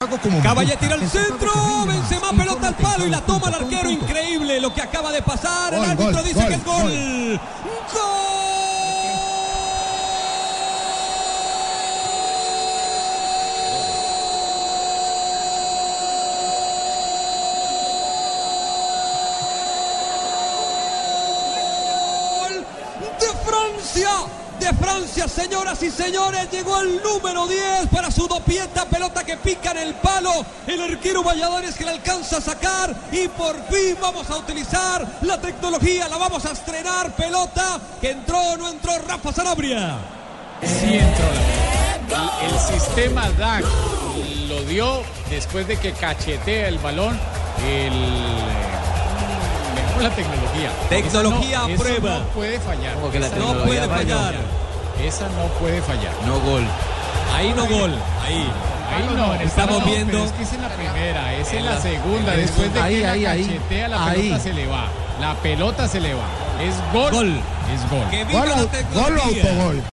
hago como. Caballé tira al centro, Benzema pelota al palo y la toma el arquero. Increíble lo que acaba de pasar. El Gol, árbitro gol, dice gol, que es gol. ¡Gol! de Francia. De Francia, señoras y señores, llegó el número 10 para su dopieta, pelota que pica en el palo, el arquero Valladares que la alcanza a sacar y por fin vamos a utilizar la tecnología, la vamos a estrenar, pelota que entró o no entró Rafa Sanabria. Sí entró la pelota. El sistema DAC lo dio después de que cachetea el balón el... mejor la tecnología. Tecnología Eso no- a eso prueba. no puede fallar. Como que la Esa No tecnología puede falla. fallar, Esa no puede fallar. No gol. ahí no gol, ahí. Ahí no, en el Estamos palo no, viendo- pero es que es en la primera, es en la segunda. Después de Ahí, que ahí, la ahí. cachetea, la Ahí. pelota se le va. La pelota se le va. Es gol. Gol. Es gol. Que viva Gol, la o- gol o tecnología. autogol.